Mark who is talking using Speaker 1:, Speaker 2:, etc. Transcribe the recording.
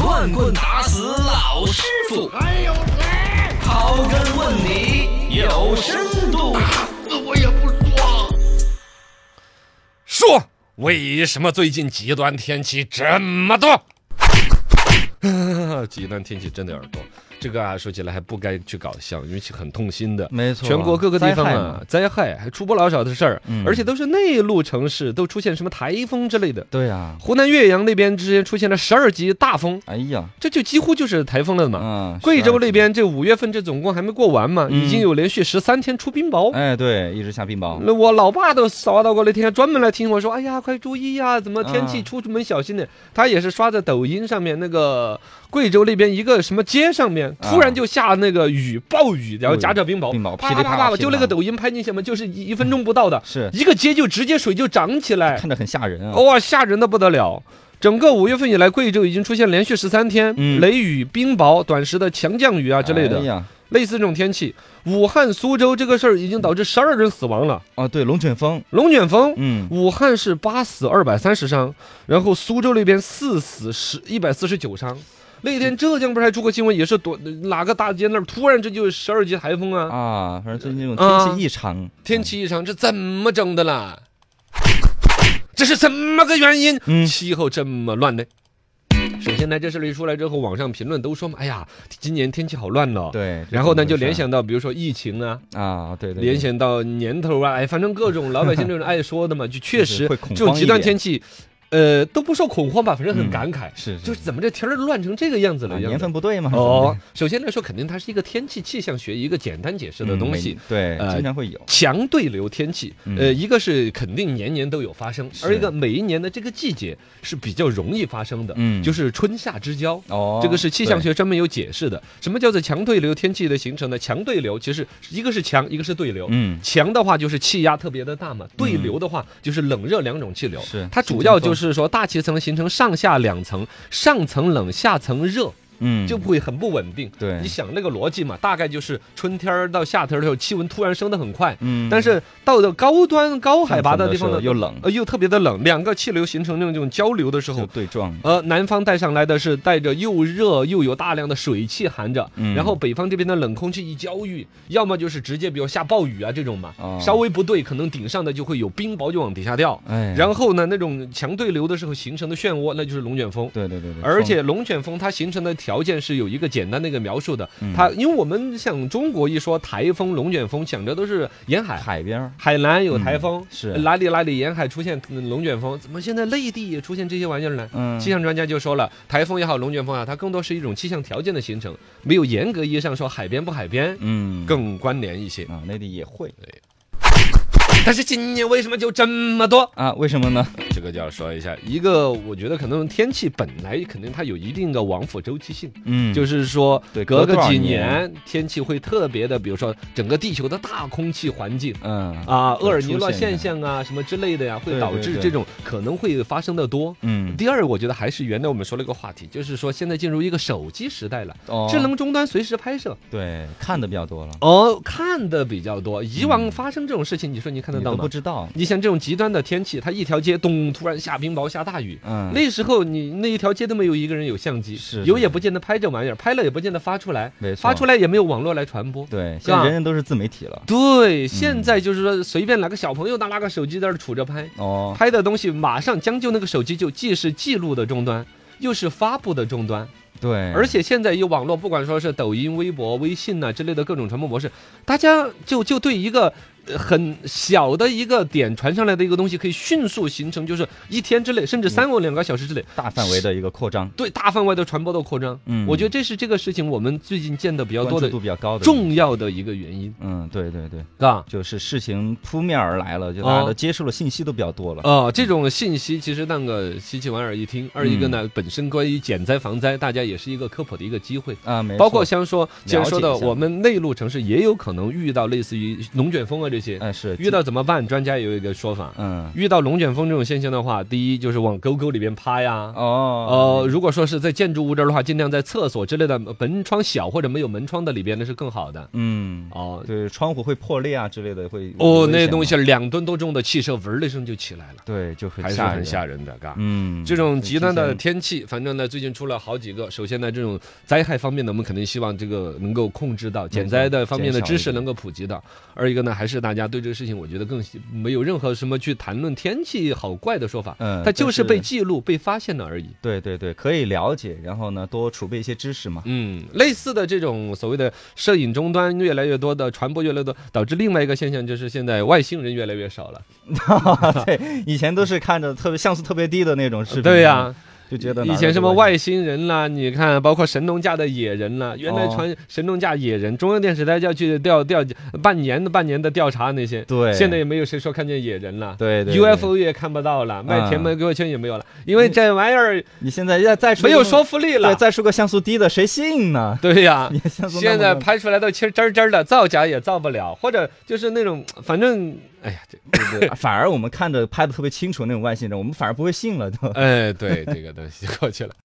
Speaker 1: 乱棍打死老师傅，
Speaker 2: 还有谁？
Speaker 1: 刨根问底有深度。
Speaker 2: 死我也不说。
Speaker 3: 说，为什么最近极端天气这么多？ 极端天气真的有点多。这个啊，说起来还不该去搞笑，因为其实很痛心的。
Speaker 4: 没错
Speaker 3: 全国各个地方啊，灾害还出不了少的事儿，
Speaker 4: 嗯
Speaker 3: 而且都是内陆城市，都出现什么台风之类的。
Speaker 4: 对呀，
Speaker 3: 湖南岳阳那边之前出现了十二级大风，
Speaker 4: 哎呀，
Speaker 3: 这就几乎就是台风了嘛。
Speaker 4: 嗯，
Speaker 3: 贵州那
Speaker 4: 12
Speaker 3: 边这五月份这总共还没过完嘛，
Speaker 4: 嗯
Speaker 3: 已经有连续十三天出冰雹
Speaker 4: 级，。哎，对，一直下冰雹，
Speaker 3: 那我老爸都刷到过那天，还专门来听我说，哎呀，快注意呀、怎么天气
Speaker 4: 啊
Speaker 3: 出门小心点。他也是刷着抖音上面那个贵州那边一个什么街上面，
Speaker 4: 啊
Speaker 3: 突然就下那个雨，暴雨，然后夹着冰雹，
Speaker 4: 冰雹
Speaker 3: 啪
Speaker 4: 噼
Speaker 3: 啪
Speaker 4: 里
Speaker 3: 啪
Speaker 4: 啪
Speaker 3: 啪，
Speaker 4: 啦
Speaker 3: 我就
Speaker 4: 噼
Speaker 3: 那
Speaker 4: 里
Speaker 3: 个
Speaker 4: 啪啦
Speaker 3: 抖音拍进去嘛，就是一一分钟不到 的，
Speaker 4: 是
Speaker 3: 一个街就直接水就涨起来，
Speaker 4: 看着很吓人啊。
Speaker 3: 哇、吓人的不得了。整个五月份以来，贵州已经出现连续十三天、
Speaker 4: 嗯
Speaker 3: 雷雨、冰雹、短时的强降雨啊之类的，
Speaker 4: 哎呀，
Speaker 3: 类似这种天气。武汉、苏州这个事儿已经导致十二人死亡了。
Speaker 4: 哦，对，龙卷风，
Speaker 3: 龙卷风，
Speaker 4: 嗯，
Speaker 3: 武汉是八死二百三十伤，然后苏州那边四死十一百四十九伤。那天浙江不是还出过新闻，也是躲哪个大街那儿突然这就十二级台风啊，
Speaker 4: 啊，反正最近这种
Speaker 3: 啊
Speaker 4: 天气异常，
Speaker 3: 天气异常，这怎么整的啦？这是怎么个原因？
Speaker 4: 嗯
Speaker 3: 气候这么乱呢？首先呢，这事儿一出来之后，网上评论都说嘛，哎呀，今年天气好乱哦。。
Speaker 4: 嗯对，这
Speaker 3: 然后呢，
Speaker 4: 怎么
Speaker 3: 就
Speaker 4: 回事
Speaker 3: 联想到比如说疫情啊，
Speaker 4: 啊，对对，对
Speaker 3: 联想到年头啊，哎，反正各种老百姓这种爱说 的嘛，就确
Speaker 4: 是
Speaker 3: 实
Speaker 4: 会恐
Speaker 3: 这种
Speaker 4: 慌
Speaker 3: 极
Speaker 4: 一
Speaker 3: 端天
Speaker 4: 点
Speaker 3: 气，呃，都不说恐慌吧，反正很
Speaker 4: 嗯
Speaker 3: 感慨，
Speaker 4: 是
Speaker 3: 就是是怎么这天儿乱成这个样子
Speaker 4: 啊
Speaker 3: 了一样的
Speaker 4: 年份不对嘛，
Speaker 3: 哦，首先来说，肯定它是一个天气气象学一个简单解释
Speaker 4: 这
Speaker 3: 的东西。
Speaker 4: 嗯对，
Speaker 3: 呃
Speaker 4: 经常会有，
Speaker 3: 强对流天气，呃，
Speaker 4: 嗯
Speaker 3: 一个是肯定年年都有发生，
Speaker 4: 是
Speaker 3: 而一个每一年的这个季节是比较容易发生的，
Speaker 4: 嗯
Speaker 3: 就是春夏之交。
Speaker 4: 哦，
Speaker 3: 这个是气象
Speaker 4: 对，
Speaker 3: 学专门有解释的。什么叫做强对流天气的形成呢？强对流其实一个是强，一个是对流。
Speaker 4: 嗯，
Speaker 3: 强的话就是气压特别的大嘛，对流的话就是冷热两种气流。
Speaker 4: 是
Speaker 3: 它主要就是说大气层形成上下两层，上层冷，下层热，
Speaker 4: 嗯，
Speaker 3: 就会很不稳定。
Speaker 4: 对
Speaker 3: 你想那个逻辑嘛，大概就是春天儿到夏天儿的时候，气温突然升得很快，
Speaker 4: 嗯，
Speaker 3: 但是到了高端高海拔的地方
Speaker 4: 上层
Speaker 3: 呢，
Speaker 4: 的时候又冷
Speaker 3: 呃，又特别的冷，两个气流形成那种交流的时
Speaker 4: 就
Speaker 3: 候，
Speaker 4: 对撞，
Speaker 3: 呃，南方带上来的是带着又热又有大量的水汽含着，
Speaker 4: 嗯
Speaker 3: 然后北方这边的冷空气一交遇，要么就是直接比如下暴雨啊这种嘛，
Speaker 4: 哦
Speaker 3: 稍微不对，可能顶上的就会有冰雹就往底下掉。
Speaker 4: 哎，
Speaker 3: 然后呢，那种强对流的时候形成的漩涡，那就是龙卷风。
Speaker 4: 对对对对，
Speaker 3: 而
Speaker 4: 双
Speaker 3: 且龙卷风它形成的条件是有一个简单的一个描述的，
Speaker 4: 嗯
Speaker 3: 它因为我们像中国一说台风、龙卷风，想着都是沿海，
Speaker 4: 海边儿
Speaker 3: 海南有台风，
Speaker 4: 嗯是
Speaker 3: 哪里哪里沿海出现嗯龙卷风，怎么现在内地也出现这些玩意儿呢？
Speaker 4: 嗯
Speaker 3: 气象专家就说了，台风也好，龙卷风啊，它更多是一种气象条件的形成，没有严格意义上说海边不海边，
Speaker 4: 嗯，
Speaker 3: 更关联一些。
Speaker 4: 啊，内地也会
Speaker 3: 但是今年为什么就这么多？
Speaker 4: 啊，为什么呢？
Speaker 3: 这个就要说一下，一个我觉得可能天气本来肯定它有一定的往复周期性，
Speaker 4: 嗯，
Speaker 3: 就是说
Speaker 4: 对
Speaker 3: 隔
Speaker 4: 隔
Speaker 3: 个
Speaker 4: 多少
Speaker 3: 几
Speaker 4: 年
Speaker 3: 年天气会特别的，比如说整个地球的大空气环境。
Speaker 4: 嗯
Speaker 3: 啊，厄
Speaker 4: 会
Speaker 3: 尔
Speaker 4: 出
Speaker 3: 尼诺
Speaker 4: 现
Speaker 3: 现象
Speaker 4: 的
Speaker 3: 啊，什么之类的呀，会
Speaker 4: 对
Speaker 3: 导
Speaker 4: 对
Speaker 3: 致
Speaker 4: 对
Speaker 3: 这种可能会发生的多。
Speaker 4: 嗯，
Speaker 3: 第二，我觉得还是原来我们说了一个话题，就是说现在进入一个手机时代了，
Speaker 4: 哦
Speaker 3: 智能终端随时拍摄，
Speaker 4: 对看的比较多了，
Speaker 3: 哦，看的比较多。以往发生这种事情，你说你看得
Speaker 4: 嗯你
Speaker 3: 到
Speaker 4: 都不
Speaker 3: 吗？
Speaker 4: 知道，
Speaker 3: 你像这种极端的天气，它一条街咚突然下冰雹、下大雨，
Speaker 4: 嗯，
Speaker 3: 那时候你那一条街都没有一个人有相机，
Speaker 4: 是
Speaker 3: 有
Speaker 4: 是
Speaker 3: 也不见得拍这玩意儿，拍了也不见得发出来，
Speaker 4: 没错
Speaker 3: 发出来也没有网络来传播。
Speaker 4: 对，现在
Speaker 3: 吧
Speaker 4: 人人都是自媒体了，
Speaker 3: 对，
Speaker 4: 嗯
Speaker 3: 现在就是说随便哪个小朋友拿拿个手机在那儿杵着拍，
Speaker 4: 哦，
Speaker 3: 拍的东西马上将就那个手机就既是记录的终端。又是发布的终端，
Speaker 4: 对，
Speaker 3: 而且现在有网络，不管说是抖音、微博、微信呐、之类的各种传播模式，大家就就对一个呃很小的一个点传上来的一个东西，可以迅速形成，就是一天之内，甚
Speaker 4: 嗯
Speaker 3: 至三个两个小时之内，
Speaker 4: 大范围的一个扩张，
Speaker 3: 对大范围的传播的扩张。
Speaker 4: 嗯
Speaker 3: 我觉得这是这个事情我们最近见的比较
Speaker 4: 关
Speaker 3: 多
Speaker 4: 注
Speaker 3: 的
Speaker 4: 度比较高的
Speaker 3: 重要的一个原因，
Speaker 4: 嗯，对对对，
Speaker 3: 是吧？
Speaker 4: 就是事情扑面而来了，就大家
Speaker 3: 哦
Speaker 4: 都接受了信息都比较多了。
Speaker 3: 哦，这种信息其实那个稀奇玩意儿一听，二
Speaker 4: 嗯
Speaker 3: 一个呢，本身关于减灾防灾，大家也是一个科普的一个机会。
Speaker 4: 啊，没
Speaker 3: 包括
Speaker 4: 错
Speaker 3: 像说，既然说的
Speaker 4: 了解一下
Speaker 3: 我们内陆城市也有可能遇到类似于龙卷风啊这这些，
Speaker 4: 哎是
Speaker 3: 遇到怎么办？专家也有一个说法，
Speaker 4: 嗯
Speaker 3: 遇到龙卷风这种现象的话，第一就是往沟沟里边趴呀。
Speaker 4: 哦
Speaker 3: 呃，如果说是在建筑物这儿的话，尽量在厕所之类的呃门窗小或者没有门窗的里边，那是更好的。
Speaker 4: 嗯
Speaker 3: 哦
Speaker 4: 对，窗户会破裂啊之类的会
Speaker 3: 哦，
Speaker 4: 危
Speaker 3: 那
Speaker 4: 险
Speaker 3: 东
Speaker 4: 嘛
Speaker 3: 西两吨多重的汽车，嗡儿的一声就起来了，
Speaker 4: 对就很
Speaker 3: 还是
Speaker 4: 吓
Speaker 3: 很
Speaker 4: 人
Speaker 3: 吓人的，嘎。
Speaker 4: 嗯
Speaker 3: 这种极端的
Speaker 4: 对
Speaker 3: 天气，反正呢，最近出了好几个。首先呢，这种灾害方面呢，我们肯定希望这个能够控制到，减灾的方面的知识能够普及到。二一个呢，还是大家对这个事情，我觉得更没有任何什么去谈论天气好怪的说法，
Speaker 4: 嗯
Speaker 3: 它就
Speaker 4: 但
Speaker 3: 是
Speaker 4: 是
Speaker 3: 被记录、被发现了而已。
Speaker 4: 对对对，可以了解，然后呢多储备一些知识嘛。
Speaker 3: 嗯，类似的这种所谓的摄影终端越来越多的传播越来越多，导致另外一个现象就是现在外星人越来越少了。
Speaker 4: 对，以前都是看着特别像素特别低的那种视频，
Speaker 3: 对呀、
Speaker 4: 就觉得哪
Speaker 3: 以
Speaker 4: 儿
Speaker 3: 前
Speaker 4: 都
Speaker 3: 什么
Speaker 4: 有
Speaker 3: 外星人啦，你看包括神农架的野人
Speaker 4: 哦
Speaker 3: 啦，原来传神农架野人，中央电视台就要去调调半年的半年的调查那些，
Speaker 4: 对
Speaker 3: 现在也没有谁说看见野人了。
Speaker 4: 对对
Speaker 3: UFO 也看不到了，卖甜
Speaker 4: 嗯
Speaker 3: 玫瑰圈也没有了，因为这玩意儿
Speaker 4: 你现在要再出
Speaker 3: 没有
Speaker 4: 个
Speaker 3: 说服力
Speaker 4: 对，
Speaker 3: 了。
Speaker 4: 再出个像素低的谁信呢？
Speaker 3: 对呀、
Speaker 4: 你像素那么
Speaker 3: 现在
Speaker 4: 高
Speaker 3: 拍出来的其实真儿真儿的，造假也造不了，或者就是那种反正，哎呀， 这
Speaker 4: 对对反而我们看着拍的特别清楚那种外星人，我们反而不会信了都。
Speaker 3: 哎，对这个东西就过去了。